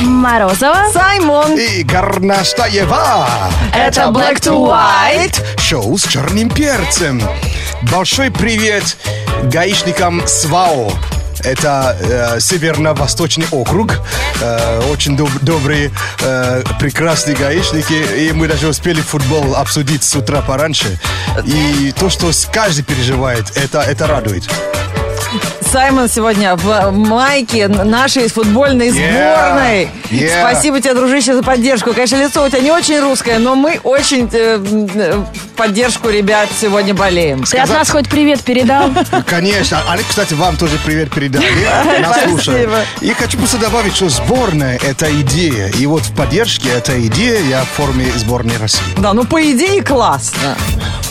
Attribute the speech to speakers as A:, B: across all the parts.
A: Морозова.
B: Саймон.
C: И Горнастаева.
A: Это Black to White.
C: Шоу с черным перцем. Большой привет гаишникам СВАО. Это э, северно-восточный округ. Э, очень доб- добрые, э, прекрасные гаишники. И мы даже успели футбол обсудить с утра пораньше. И то, что с- каждый переживает, это, это радует.
B: Саймон сегодня в майке нашей футбольной
C: Yeah.
B: сборной.
C: Yeah.
B: Спасибо тебе, дружище, за поддержку. Конечно, лицо у тебя не очень русское, но мы очень э, м, э, в поддержку ребят сегодня болеем.
A: Ты от нас хоть привет передал?
C: Конечно. Они, кстати, вам тоже привет передали. Нас слушают. И хочу просто добавить, что сборная – это идея. И вот в поддержке этой идеи я в форме сборной России.
B: Да, ну по идее классно.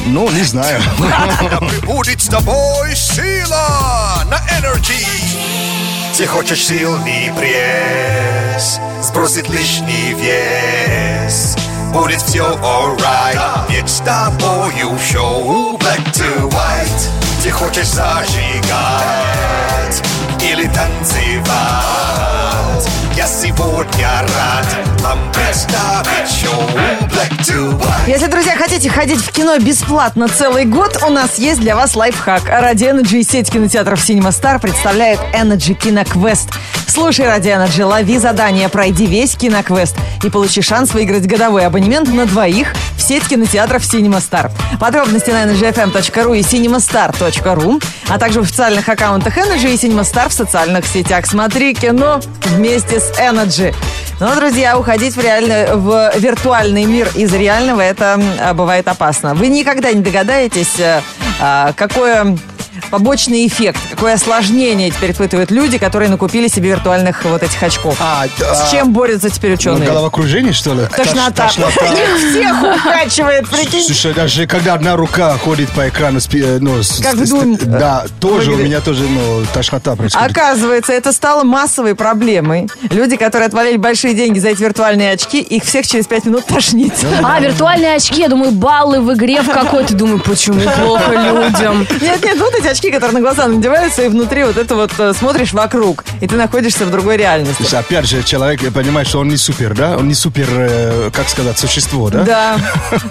C: Ну, не знаю.
D: Будет с тобой сила на энергии. Ты хочешь сильный пресс, сбросить лишний вес. Будет все alright, ведь с тобою шоу black to white. Ты хочешь зажигать или танцевать. Я сегодня рад вам представить шоу black to white.
B: Если, друзья, хотите ходить в кино бесплатно целый год, у нас есть для вас лайфхак. Ради Energy сеть кинотеатров Cinema Star представляет Energy Киноквест. Слушай Ради Energy, лови задание, пройди весь киноквест и получи шанс выиграть годовой абонемент на двоих в сеть кинотеатров Cinema Star. Подробности на energyfm.ru и cinemastar.ru, а также в официальных аккаунтах Energy и Cinema Star в социальных сетях. Смотри кино вместе с Energy. Но, друзья, уходить в, реальный, в виртуальный мир из реального это м, а, бывает опасно. Вы никогда не догадаетесь, э, а, какое побочный эффект, какое осложнение теперь испытывают люди, которые накупили себе виртуальных вот этих очков.
C: А,
B: С
C: а,
B: чем борются теперь
C: ну,
B: ученые?
C: Головокружение, что ли?
B: Тошнота.
C: Тош- тошнота.
B: Их всех укачивает, прикинь.
C: Слушай, даже когда одна рука ходит по экрану, спи- э, ну, с-
B: Как вы
C: с-
B: думаете?
C: да, тоже у
B: Выглядит- А
C: меня тоже, ну, тошнота происходит.
B: Оказывается, это стало массовой проблемой. Люди, которые отвалили большие деньги за эти виртуальные очки, их всех через пять минут тошнит.
A: А, виртуальные очки, я думаю, баллы в игре в какой-то. Думаю, почему плохо людям?
B: Нет, нет, вот эти очки, которые на глаза надеваются, и внутри вот это вот э, смотришь вокруг, и ты находишься в другой реальности.
C: Слушай, опять же, человек э, понимает, что он не супер, да? Он не супер, э, как сказать, существо, да?
B: Да,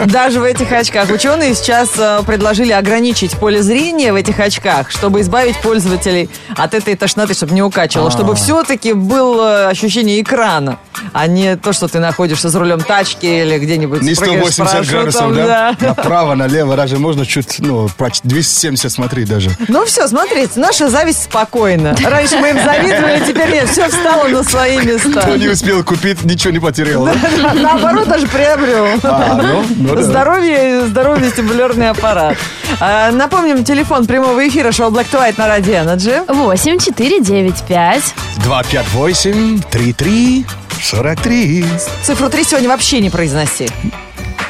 B: даже в этих очках. Ученые сейчас э, предложили ограничить поле зрения в этих очках, чтобы избавить пользователей от этой тошноты, чтобы не укачивало,
C: А.
B: чтобы все-таки было э, ощущение экрана, а не то, что ты находишься за рулем тачки или где-нибудь
C: Не
B: прыгаешь с
C: 180 градусов,
B: парашютом,
C: да? Направо, налево, даже можно чуть, ну, проч- 270 смотреть даже.
B: Ну все, смотрите, наша зависть спокойна. Раньше мы им завидовали, теперь нет, все встало на свои места.
C: Кто не успел купить, ничего не потерял. да?
B: Наоборот, даже приобрел.
C: А, ну, ну да.
B: Здоровье, здоровье, вестибулярный аппарат. А, Напомним, телефон прямого эфира шоу Black to White на Радио Energy.
A: 8, 4, 9, 5.
C: 258 33 43.
B: Цифру 3 сегодня вообще не произноси.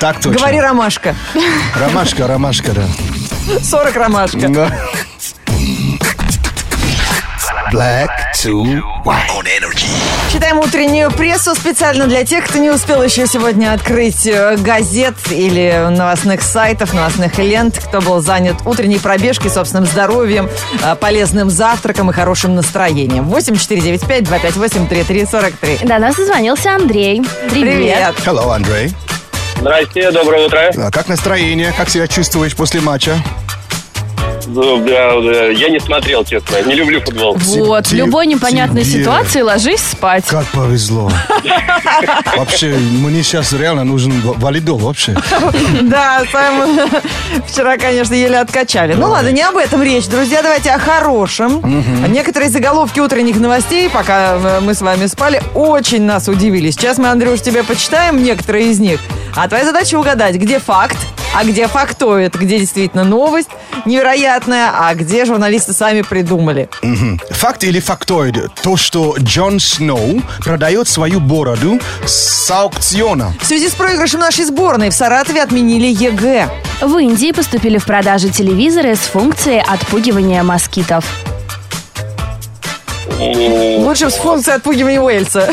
C: Так точно.
B: Говори ромашка.
C: Ромашка, ромашка, да.
B: 40 ромашка.
C: Да.
D: Black to white on energy.
B: Читаем утреннюю прессу специально для тех, кто не успел еще сегодня открыть э, газет или новостных сайтов, новостных лент, кто был занят утренней пробежкой, собственным здоровьем, э, полезным завтраком и хорошим настроением. 8495 258 3343.
A: До нас дозвонился Андрей. Привет.
C: Hello, Андрей.
E: Здрасте, доброе утро.
C: А Как настроение? Как себя чувствуешь после матча?
E: Да, да, да. Я не смотрел, честно. Не люблю футбол.
A: Вот, в
C: Тебе-
A: любой непонятной
C: тебе.
A: ситуации ложись спать.
C: Как повезло. Вообще, мне сейчас реально нужен в- валидол вообще.
B: Да, Саймон, вчера, конечно, еле откачали. Ну ладно, не об этом речь, друзья, давайте о хорошем. Некоторые заголовки утренних новостей, пока э, мы с вами спали, очень нас удивили. Сейчас мы, Андрюш, тебе почитаем некоторые из них. А твоя задача угадать, где факт, а где фактоид, где действительно новость невероятная, а где журналисты сами придумали.
C: Факт или фактоид? То, что Джон Сноу продает свою бороду с аукциона.
B: В связи с проигрышем нашей сборной в Саратове отменили ЕГЭ.
A: В Индии поступили в продажу телевизоры с функцией отпугивания москитов.
E: М,
B: Лучше с функцией отпугивания Уэльса.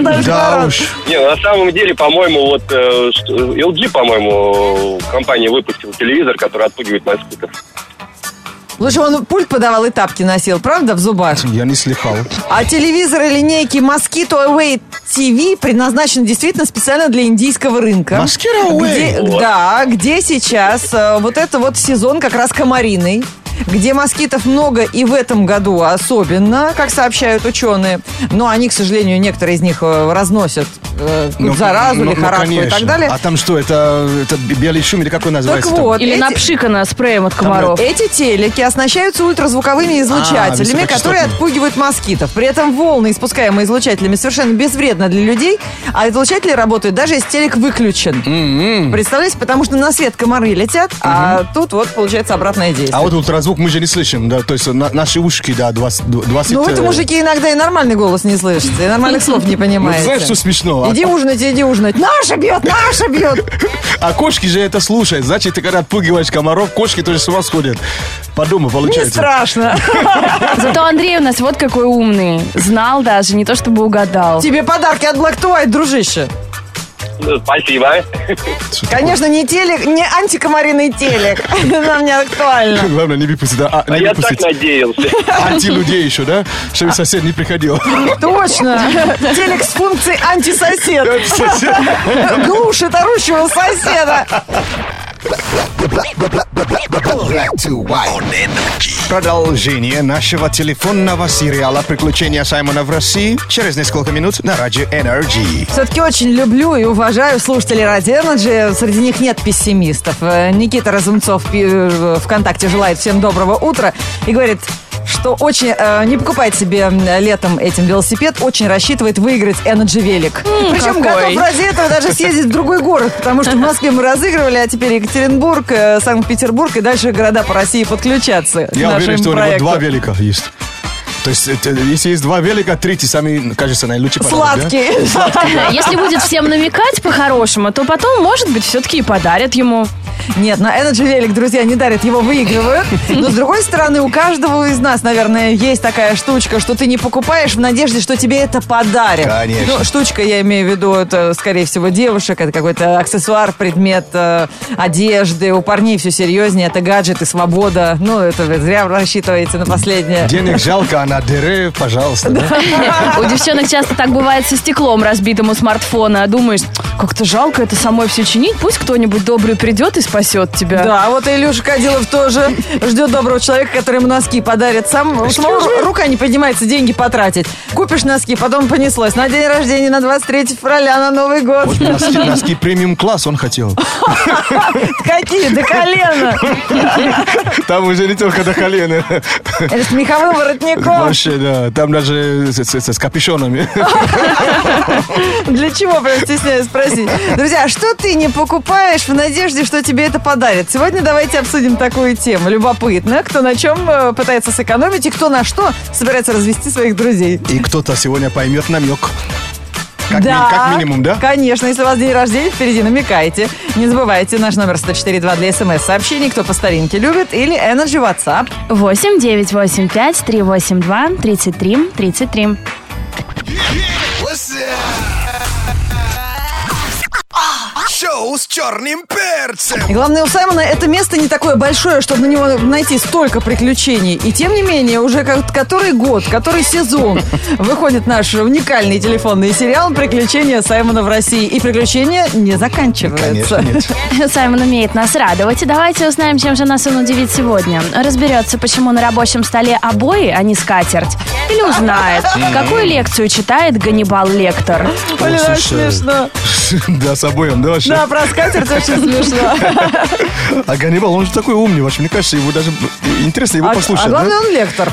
C: Да уж.
E: Не, на самом деле, по-моему, вот э, что- LG, по-моему, компания выпустила телевизор, который отпугивает москитов.
B: Лучше бы Ну, он пульт подавал и тапки носил, правда, в зубах?
C: Я не слыхал.
B: А телевизоры линейки Mosquito Away TV предназначены действительно специально для индийского рынка.
C: Mosquito Away?
B: Где- да, где сейчас э, вот это вот сезон как раз комариный где москитов много и в этом году особенно, как сообщают ученые. Но они, к сожалению, некоторые из них э, разносят э,
C: Ну,
B: заразу,
C: ну, ну,
B: лихорадку и так
C: конечно.
B: далее.
C: А там что, это, это белый шум или как он
B: так
C: называется? там?
B: вот,
A: Или
B: эти- Э,
A: напшикано спреем от комаров.
B: эти телеки оснащаются ультразвуковыми излучателями,
C: А, высокочастотные.
B: которые отпугивают москитов. При этом волны, испускаемые излучателями, совершенно безвредны для людей, а излучатели работают даже если телек выключен.
C: М-м.
B: Представляете, потому что на свет комары летят, а тут вот получается обратное действие.
C: А вот ультразвук мы же не слышим, да, то есть на- наши ушки, да, 20...
B: ну,
C: э,
B: вы-то, мужики, иногда и нормальный голос не слышите, и нормальных слов не понимаете.
C: ну, знаешь, что смешно?
B: Иди ужинать, иди ужинать. Наша бьет, наша бьет.
C: А кошки же это слушают, значит, ты когда отпугиваешь комаров, кошки тоже с ума сходят. Подумай,
B: Не
C: получается.
B: страшно.
A: Зато Андрей у нас вот какой умный. Знал даже, не то чтобы угадал.
B: Тебе подарки от Black to White, дружище.
E: Спасибо.
B: Конечно, не телек, не антикомариный телек. Нам не актуально.
C: Главное, не выпустить, да, а,
E: А
C: не
E: я так
C: выпустить.
E: надеялся.
C: Анти-людей еще, да?
B: А.
C: Чтобы сосед не приходил.
B: Точно. Телек с функцией антисосед.
C: Сосед.
B: Глушит орущего соседа.
D: Black to white.
C: Продолжение нашего телефонного сериала «Приключения Саймона в России» через несколько минут на радио Energy.
B: Все-таки очень люблю и уважаю слушателей Ради Energy. Среди них нет пессимистов. Э, Никита Разумцов пи- э, ВКонтакте желает всем доброго утра и говорит что очень э, не покупает себе э, летом этим велосипед, очень рассчитывает выиграть Energy велик. Причем
A: какой.
B: готов ради этого даже съездить в другой город, потому что в Москве мы разыгрывали, а теперь Екатеринбург, э, Санкт-Петербург и дальше города по России подключаться. к
C: Я уверен,
B: нашему
C: что у него
B: проекту.
C: два велика есть. То есть, это- если есть два велика, третий самый, кажется, наилучший подарок, да?
B: Сладкие.
A: Если будет всем намекать по-хорошему, то потом, может быть, все-таки и подарят ему.
B: Нет, на Energy велик, друзья, не дарят, его выигрывают. Но, с другой стороны, у каждого из нас, наверное, есть такая штучка, что ты не покупаешь в надежде, что тебе это подарят.
C: Конечно.
B: Ну, штучка, я имею в виду, это, скорее всего, девушек, это какой-то аксессуар, предмет э, одежды. У парней все серьезнее, это гаджеты, свобода. Ну, это вы зря рассчитываете на последнее.
C: Денег жалко, а на дыры, пожалуйста. да?
A: У девчонок часто так бывает со стеклом, разбитым у смартфона. Думаешь, как-то жалко это самой все чинить. Пусть кто-нибудь добрый придет и спасет тебя.
B: Да, а вот и Илюша Кадилов тоже ждет доброго человека, который ему носки подарит. Сам у самого рука не поднимается деньги потратить. Купишь носки, потом понеслось. На день рождения, на 23 февраля, на Новый год.
C: Вот носки, носки премиум класс он хотел.
B: Какие? До колена.
C: Там уже не только до колена.
B: Это с меховым воротником.
C: Вообще, да. Там даже с, с- с капюшонами.
B: Для чего, прям стесняюсь спросить. Друзья, а что ты не покупаешь в надежде, что тебе это подарят? Сегодня давайте обсудим такую тему. Любопытно, кто на чем э, пытается сэкономить и кто на что собирается развести своих друзей.
C: И кто-то сегодня поймет намек. Как, ми- как минимум, да?
B: Конечно, если у вас день рождения, впереди намекайте. Не забывайте наш номер 104.2 для смс-сообщений, кто по старинке любит, или Energy WhatsApp.
F: 8 9 8 5 3 8 2 33 33.
D: What's that? Шоу с черным перцем.
B: И главное, у Саймона это место не такое большое, чтобы на него найти столько приключений. И тем не менее, уже как- который год, который сезон выходит наш уникальный телефонный сериал «Приключения Саймона в России». И приключения не заканчиваются.
C: Конечно, нет.
F: Саймон умеет нас радовать. И Давайте узнаем, чем же нас он удивит сегодня. Разберется, почему на рабочем столе обои, а не скатерть. Или узнает, какую лекцию читает Ганнибал Лектор.
B: Блин,
C: О,
B: очень
C: слушай.
B: смешно.
C: Да, с обоим, да, вообще.
B: Да, про скатерть очень смешно.
C: А Ганнибал, он же такой умный, вообще, мне кажется, его даже э, интересно его
B: А-
C: послушать.
B: А
C: да?
B: главное, он лектор.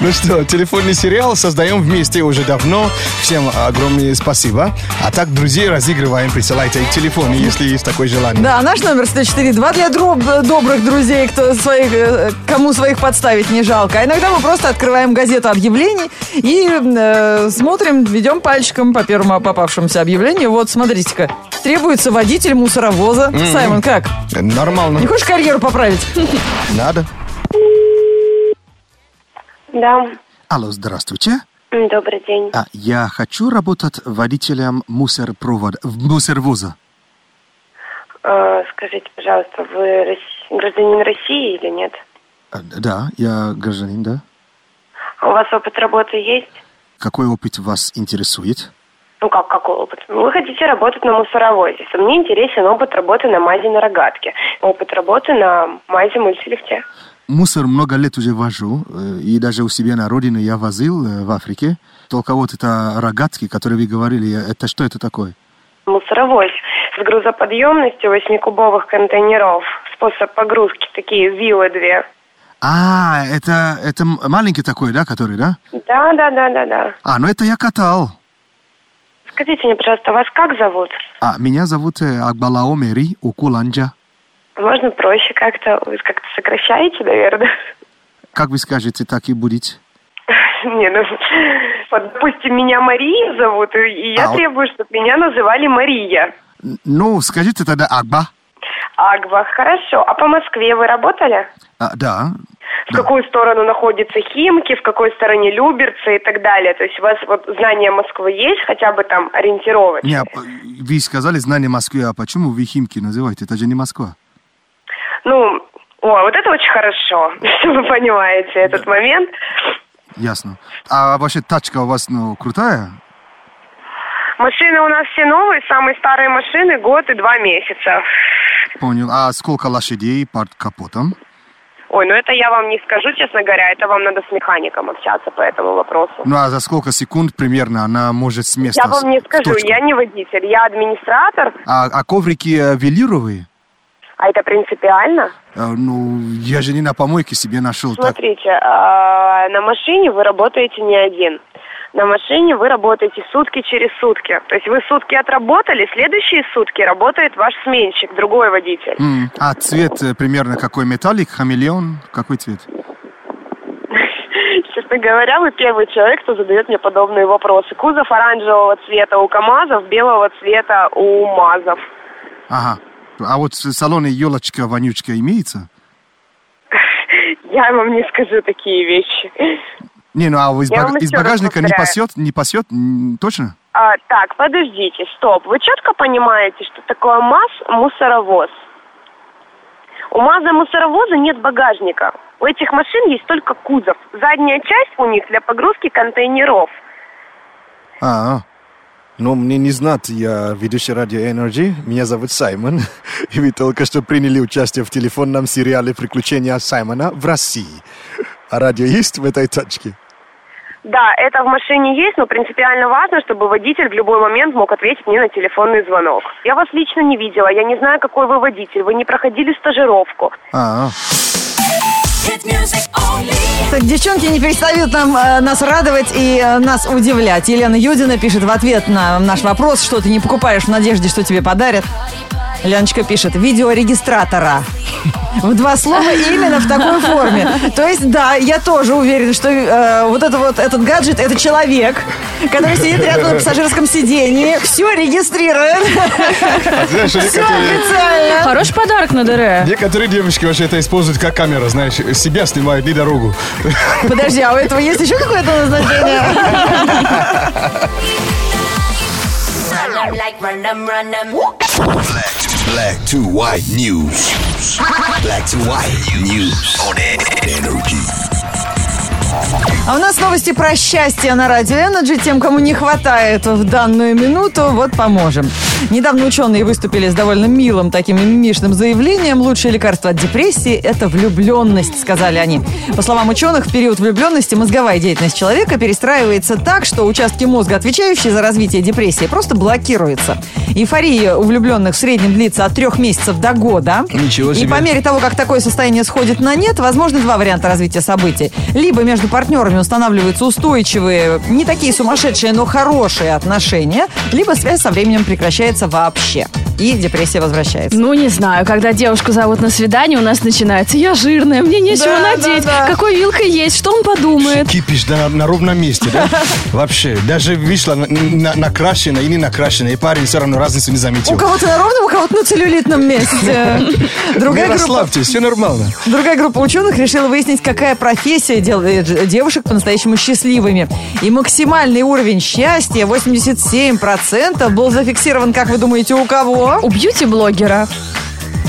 C: Ну что, телефонный сериал создаем вместе уже давно. Всем огромное спасибо. А так, друзей разыгрываем, присылайте телефон, если есть такое желание.
B: Да, наш номер 104.2 для дроб- добрых друзей, кто своих, э, кому своих подставить не жалко. А иногда мы просто открываем газету объявлений и э, смотрим, ведем пальчиком по первому попавшемуся объявлению. Вот, смотрите-ка, требуется водитель мусоровоза. Саймон, как?
C: Нормально,
B: Не хочешь карьеру поправить?
C: надо.
G: Да,
H: Алло, здравствуйте.
G: М, добрый день.
H: А, я хочу работать водителем мусорпровода, в- мусорвоза.
G: А, скажите, пожалуйста, вы рос- гражданин России или нет?
H: А, Да, я гражданин, да.
G: А У вас опыт работы есть?
H: Какой опыт вас интересует?
G: Ну как, какой опыт? Ну, Вы хотите работать на мусоровозе. А Мне интересен опыт работы на мазе на рогатке. Опыт работы на мазе мультилифте.
H: Мусор много лет уже вожу, э, и даже у себя на родине я возил э, в Африке. Только вот это рогатки, которые вы говорили, я- это что это такое?
G: Мусоровоз с грузоподъемностью 8-кубовых контейнеров. Способ погрузки такие вилы две.
H: А, это, это м- маленький такой, да, который, да?
G: Да, да, да, да, да.
H: А, ну это я катал.
G: Скажите мне, пожалуйста, вас как зовут?
H: А, меня зовут э, Акбалаомери Укуланджа.
G: Можно проще как-то? Вы как-то сокращаете, наверное?
H: Как вы скажете, так и будет.
G: Не, ну, вот, допустим, меня Мария зовут, и- и я
H: А, вот.
G: требую, чтобы меня называли Мария.
H: Н- Ну, скажите тогда Акба.
G: Агва, хорошо. А по Москве вы работали?
H: А, да.
G: В какую сторону находятся Химки, в какой стороне Люберцы и так далее? То есть у вас вот знание Москвы есть, хотя бы там ориентировочно?
H: Не, а, э, вы сказали знание Москвы, а почему вы Химки называете? Это же не Москва.
G: Ну, о, вот это очень хорошо, что вы понимаете этот момент.
H: Ясно. А вообще тачка у вас, ну, крутая?
G: Машины у нас все новые, самые старые машины, год и два месяца.
H: Понял. А сколько лошадей под капотом?
G: Ой, ну это я вам не скажу, честно говоря, это вам надо с механиком общаться по этому вопросу.
H: Ну, а за сколько секунд примерно она может с места?
G: Я вам не
H: в
G: скажу,
H: точку?
G: я не водитель, я администратор,
H: А, а коврики э, велюровые?
G: а это принципиально.
H: Э, Ну, я же не на помойке себе нашел. Так,
G: Смотрите, а, на машине вы работаете не один. На машине вы работаете сутки через сутки. То есть вы сутки отработали, следующие сутки работает ваш сменщик, другой водитель.
H: М, А цвет э, примерно какой? Металлик, хамелеон? Какой цвет?
G: Честно говоря, вы первый человек, кто задает мне подобные вопросы. Кузов оранжевого цвета у КАМАЗов, белого цвета у МАЗов.
H: Ага. А вот в салоне елочка, вонючка имеется?
G: Я вам не скажу такие вещи.
H: Не, ну а вы из,
G: Я
H: бага-
G: вам
H: из
G: еще раз
H: багажника не
G: повторяю.
H: пасет? Не пасет? М, Точно?
G: А, так, подождите, стоп. Вы четко понимаете, что такое МАЗ мусоровоз? У МАЗа мусоровоза нет багажника. У этих машин есть только кузов. Задняя часть у них для погрузки контейнеров.
H: А, а.
I: Но Ну, мне не знать, я ведущий радио Energy, меня зовут Саймон, и вы только что приняли участие в телефонном сериале «Приключения Саймона в России». А радио есть в этой тачке?
G: Да, это в машине есть, но принципиально важно, чтобы водитель в любой момент мог ответить мне на телефонный звонок. Я вас лично не видела, я не знаю, какой вы водитель, вы не проходили стажировку.
H: а, а.
B: Так, девчонки не перестают нам, э, нас радовать и э, нас удивлять. Елена Юдина пишет в ответ на наш вопрос, что ты не покупаешь в надежде, что тебе подарят. Леночка пишет, видеорегистратора. В два слова и именно в такой форме. То есть, да, я тоже уверена, что э, вот это вот этот гаджет это человек, который сидит рядом на пассажирском сидении, все регистрирует,
C: А ты знаешь,
B: все
C: некоторые,
B: официально.
F: Хороший подарок на ДР.
C: некоторые девочки вообще это используют как камера, знаешь, себя снимают, не дорогу.
B: Подожди, а у этого есть еще какое-то назначение?
D: Black to white news. Black to white news on energy.
B: А у нас новости про счастье на радио Energy. Тем, кому не хватает в данную минуту, вот поможем. Недавно ученые выступили с довольно милым таким мимишным заявлением. Лучшее лекарство от депрессии – это влюбленность, сказали они. По словам ученых, в период влюбленности мозговая деятельность человека перестраивается так, что участки мозга, отвечающие за развитие депрессии, просто блокируются. Эйфория у влюбленных в среднем длится от трех месяцев до года.
I: Ничего
B: И
I: себе.
B: по мере по мере того, как такое состояние сходит на нет, возможны два варианта развития событий. Либо между партнерами устанавливаются устойчивые, не такие сумасшедшие, но хорошие отношения, либо связь со временем прекращается вообще. И депрессия возвращается.
A: Ну, не знаю, когда девушку зовут на свидание, у нас начинается «Я жирная, мне нечего
B: Да,
A: надеть,
B: да, да.
A: какой вилкой есть, что он подумает?»
C: Кипиш да, на ровном месте, да? Вообще, даже вышла на- на- накрашена или не накрашена, и парень все равно разницу не
B: У
C: заметил.
B: кого-то на ровном, у кого-то на целлюлитном месте.
C: Не
B: Другая группа,
C: Ну, расслабьтесь, все нормально.
B: другая группа ученых решила выяснить, какая профессия делает ж- девушек по-настоящему счастливыми. И максимальный уровень счастья 87% был зафиксирован, как вы думаете, у кого? Что?
A: У бьюти-блогера.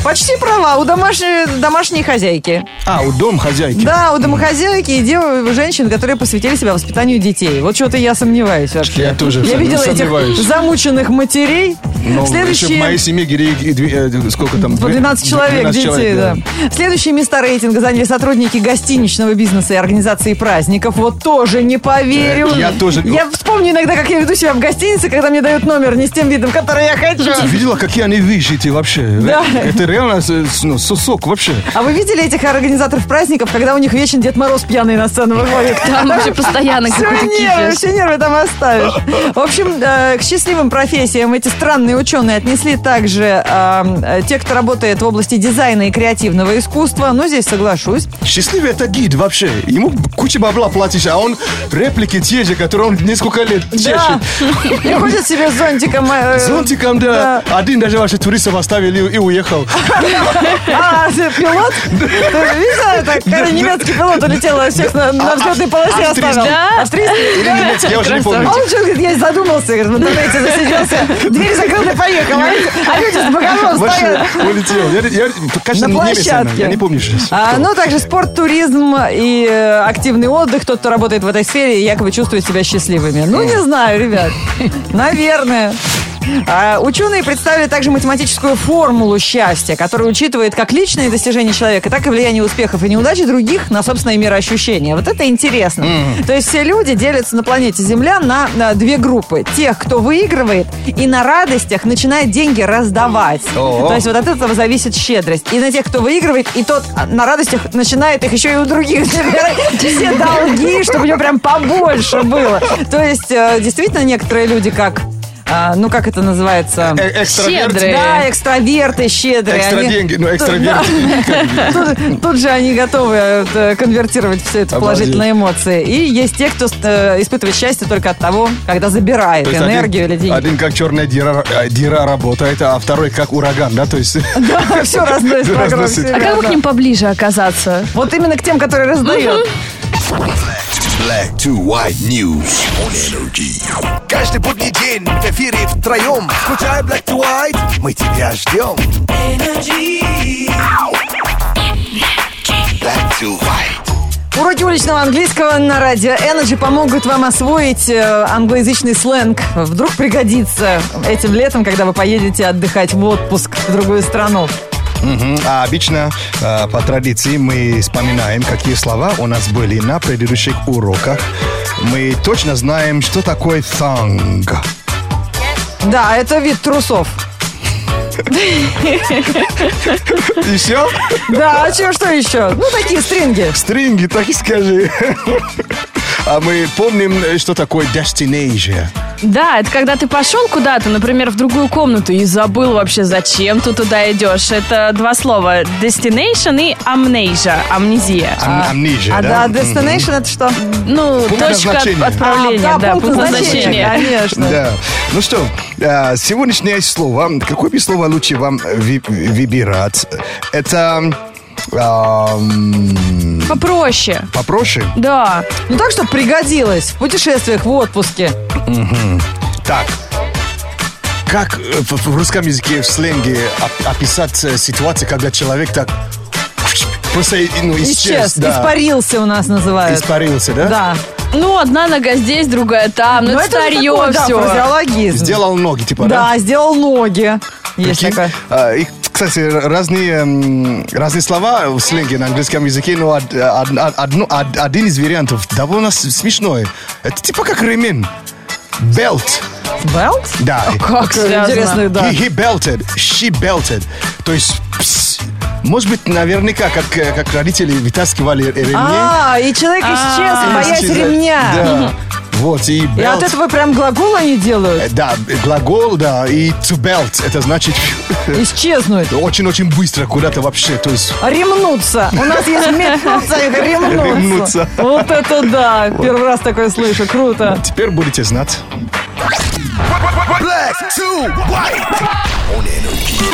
B: Почти права. У домашней, домашней хозяйки.
C: А, у дом хозяйки.
B: Да, у домохозяйки и дев, женщин, которые посвятили себя воспитанию детей. Вот что-то я сомневаюсь вообще.
C: Я тоже
B: Я
C: сом-
B: видела
C: сомневаюсь.
B: этих замученных матерей.
C: Но еще Ну, в моей
B: Следующие...
C: семье гири- и две- э, сколько там?
B: По 12 человек
C: 12
B: детей, да. Следующие места рейтинга заняли сотрудники гостиничного бизнеса и организации праздников. Вот тоже не поверю.
C: Э, я тоже-
B: Я вспомню иногда, как я веду себя в гостинице, когда мне дают номер не с тем видом, который я хочу.
C: Ты видела, какие они вишите вообще?
B: Да.
C: Это реально э, с- ну, сосок вообще.
B: А вы видели этих организаторов праздников, когда у них вечно Дед Мороз пьяный на сцену выходит?
A: Там вообще постоянно какой-то
B: Все нервы,
A: кипиш.
B: все нервы там оставишь. В общем, э, к счастливым профессиям эти странные ученые отнесли также э, э, те, кто работает в области дизайна и креативного искусства. Но здесь соглашусь.
C: Счастливый это гид вообще. Ему куча бабла платишь, а он реплики те же, которые он несколько лет
B: Да.
C: чешет.
B: И ходит себе с зонтиком. э,
C: Зонтиком, да. Один даже ваши туристов оставили и уехал.
B: А, ты пилот? Ты же видела? Так, короче, немецкий пилот улетел, а всех на, на взлетной полосе
C: австрийский.
B: оставил.
A: Да?
B: Австрийский?
C: Или немецкий, я уже не
B: А
C: помню.
B: он что, говорит, я задумался, говорит, в интернете засиделся, дверь закрыл и поехал. А люди- А люди с боковым стоят.
C: Вообще улетел. Я, я, кажется,
B: На
C: немец, наверное.
B: площадке.
C: Я не помню сейчас.
B: А, ну, также спорт, туризм и э, активный отдых. Тот, кто работает в этой сфере, якобы чувствует себя счастливыми. Ну, не знаю, ребят. Наверное. А, ученые представили также математическую формулу счастья, которая учитывает как личные достижения человека, так и влияние успехов и неудач других на собственное мироощущение. Вот это интересно. То есть все люди делятся на планете Земля на, на две группы. Тех, кто выигрывает и на радостях начинает деньги раздавать.
C: О.
B: То есть вот от этого зависит щедрость. И на тех, кто выигрывает, и тот на радостях начинает их еще и у других забирать. Все долги, чтобы у него прям побольше было. То есть э, действительно некоторые люди как... а, Ну, как это называется?
C: Э, экстраверт.
A: Щедрые.
B: Да, экстраверты, щедрые.
C: Экстра
B: Они-
C: деньги, ну, экстраверт.
B: Да. Тут, тут же они готовы э, конвертировать все это в
C: Обалдеть.
B: положительные эмоции. И есть те, кто э, испытывает счастье только от того, когда забирает
C: То есть
B: энергию
C: один,
B: или деньги.
C: один как черная дира, э, дира работает, а второй как ураган, да? То есть
B: Все разносит вокруг
C: Разносит.
B: себя,
A: А как бы
B: да.
A: к ним поближе оказаться?
B: Вот именно к тем, которые раздают.
D: Black to white news on energy. Каждый будний день в эфире втроем. Включай black to white, мы тебя ждем. Energy. Black to white.
B: Уроки уличного английского на радио Energy помогут вам освоить э, англоязычный сленг. Вдруг пригодится этим летом, когда вы поедете отдыхать в отпуск в другую страну.
C: Мгм. А обычно э, по традиции мы вспоминаем, какие слова у нас были на предыдущих уроках. Мы точно знаем, что такое thong.
B: Да, это вид трусов.
C: И все?
B: Да, а чё, что еще? Ну, такие стринги.
C: Стринги, так и скажи. А мы помним, э, что такое destination.
A: Да, это когда ты пошел куда-то, например, в другую комнату и забыл вообще, зачем ты туда идешь. Это два слова. Destination и amnesia. Амнезия.
C: Ам- амнезия,
B: А
C: да?
B: да, destination это что?
A: Ну,
C: Пункт
A: точка
C: назначения.
A: отправления,
B: А,
A: да, пункт назначения.
B: Конечно.
C: Да. Ну что, э, сегодняшнее слово, какое бы слово лучше вам ви- выбирать? Это эм,
A: Попроще.
C: попроще.
A: Да.
B: Ну, так, чтобы пригодилось в путешествиях, в отпуске.
C: Так. Как э, в, в русском языке в сленге оп- описать э, ситуацию, когда человек так просто э, ну, исчез,
B: Исчез,
C: да.
B: испарился у нас называют.
C: Испарился, да?
B: Да.
A: Ну, одна нога здесь, другая там. Ну,
B: Но
A: это
B: это же
A: старье
B: такой, да,
A: все.
B: фразеологизм.
C: Сделал ноги, типа,
B: Да, сделал ноги. Есть
C: Прикинь?
B: такое.
C: А, и, кстати, разные, м, разные слова в сленге на английском языке, но од- од- од- одно- од- один из вариантов довольно с- смешной. Это типа как ремень. Belt.
B: Белт?
C: Да.
B: Как
A: связано?
B: интересно, да.
C: He, he belted, she belted. То есть, пс, может быть, наверняка, как, э, как родители вытаскивали ремни.
B: А, и человек исчез,
A: А.
C: и
B: боясь
C: исчезает.
B: ремня.
C: Да. Вот, и
B: И
C: belt.
B: от этого прям глагол они
C: э,
B: делают.
C: Да, глагол, да, и to belt, это значит
B: Исчезнуть.
C: очень-очень быстро куда-то вообще, то есть
B: Ремнуться. У нас есть метнуться и ремнуться.
C: Ремнуться.
B: Вот это да. Первый раз такое слышу. Круто.
C: Теперь будете знать.
D: Black to white on energy.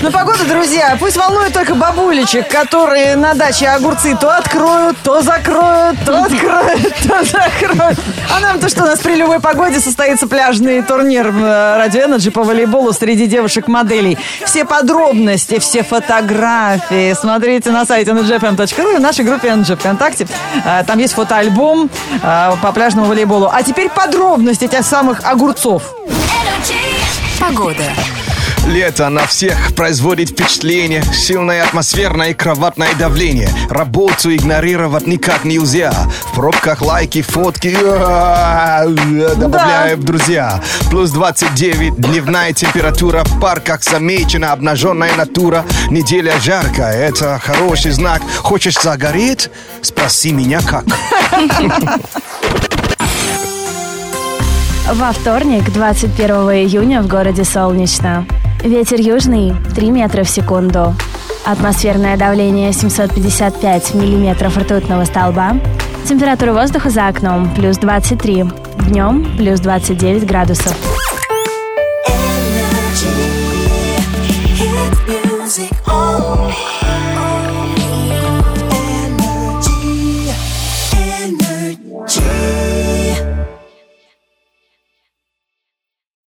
B: Ну, погода, друзья, пусть волнует только бабулечек, которые на даче огурцы то откроют, то закроют, то откроют, то закроют. А нам-то что, у нас при любой погоде состоится пляжный турнир э, Радио Энерджи по волейболу среди девушек-моделей. Все подробности, все фотографии смотрите на сайте energyfm.ru и в нашей группе Energy ВКонтакте. Э, Там есть фотоальбом э, по пляжному волейболу. А теперь подробности тех самых огурцов.
J: Погода.
C: Лето на всех производит впечатление Сильное атмосферное и кроватное давление Работу игнорировать никак нельзя В пробках лайки, фотки а, Добавляем, друзья Плюс 29, дневная температура В парках замечена обнаженная натура Неделя жаркая, это хороший знак Хочешь загореть? Спроси меня как
F: Во вторник, 21 июня, в городе Солнечно. Ветер южный 3 метра в секунду. Атмосферное давление 755 миллиметров ртутного столба. Температура воздуха за окном плюс 23. Днем плюс 29 градусов.
J: Energy.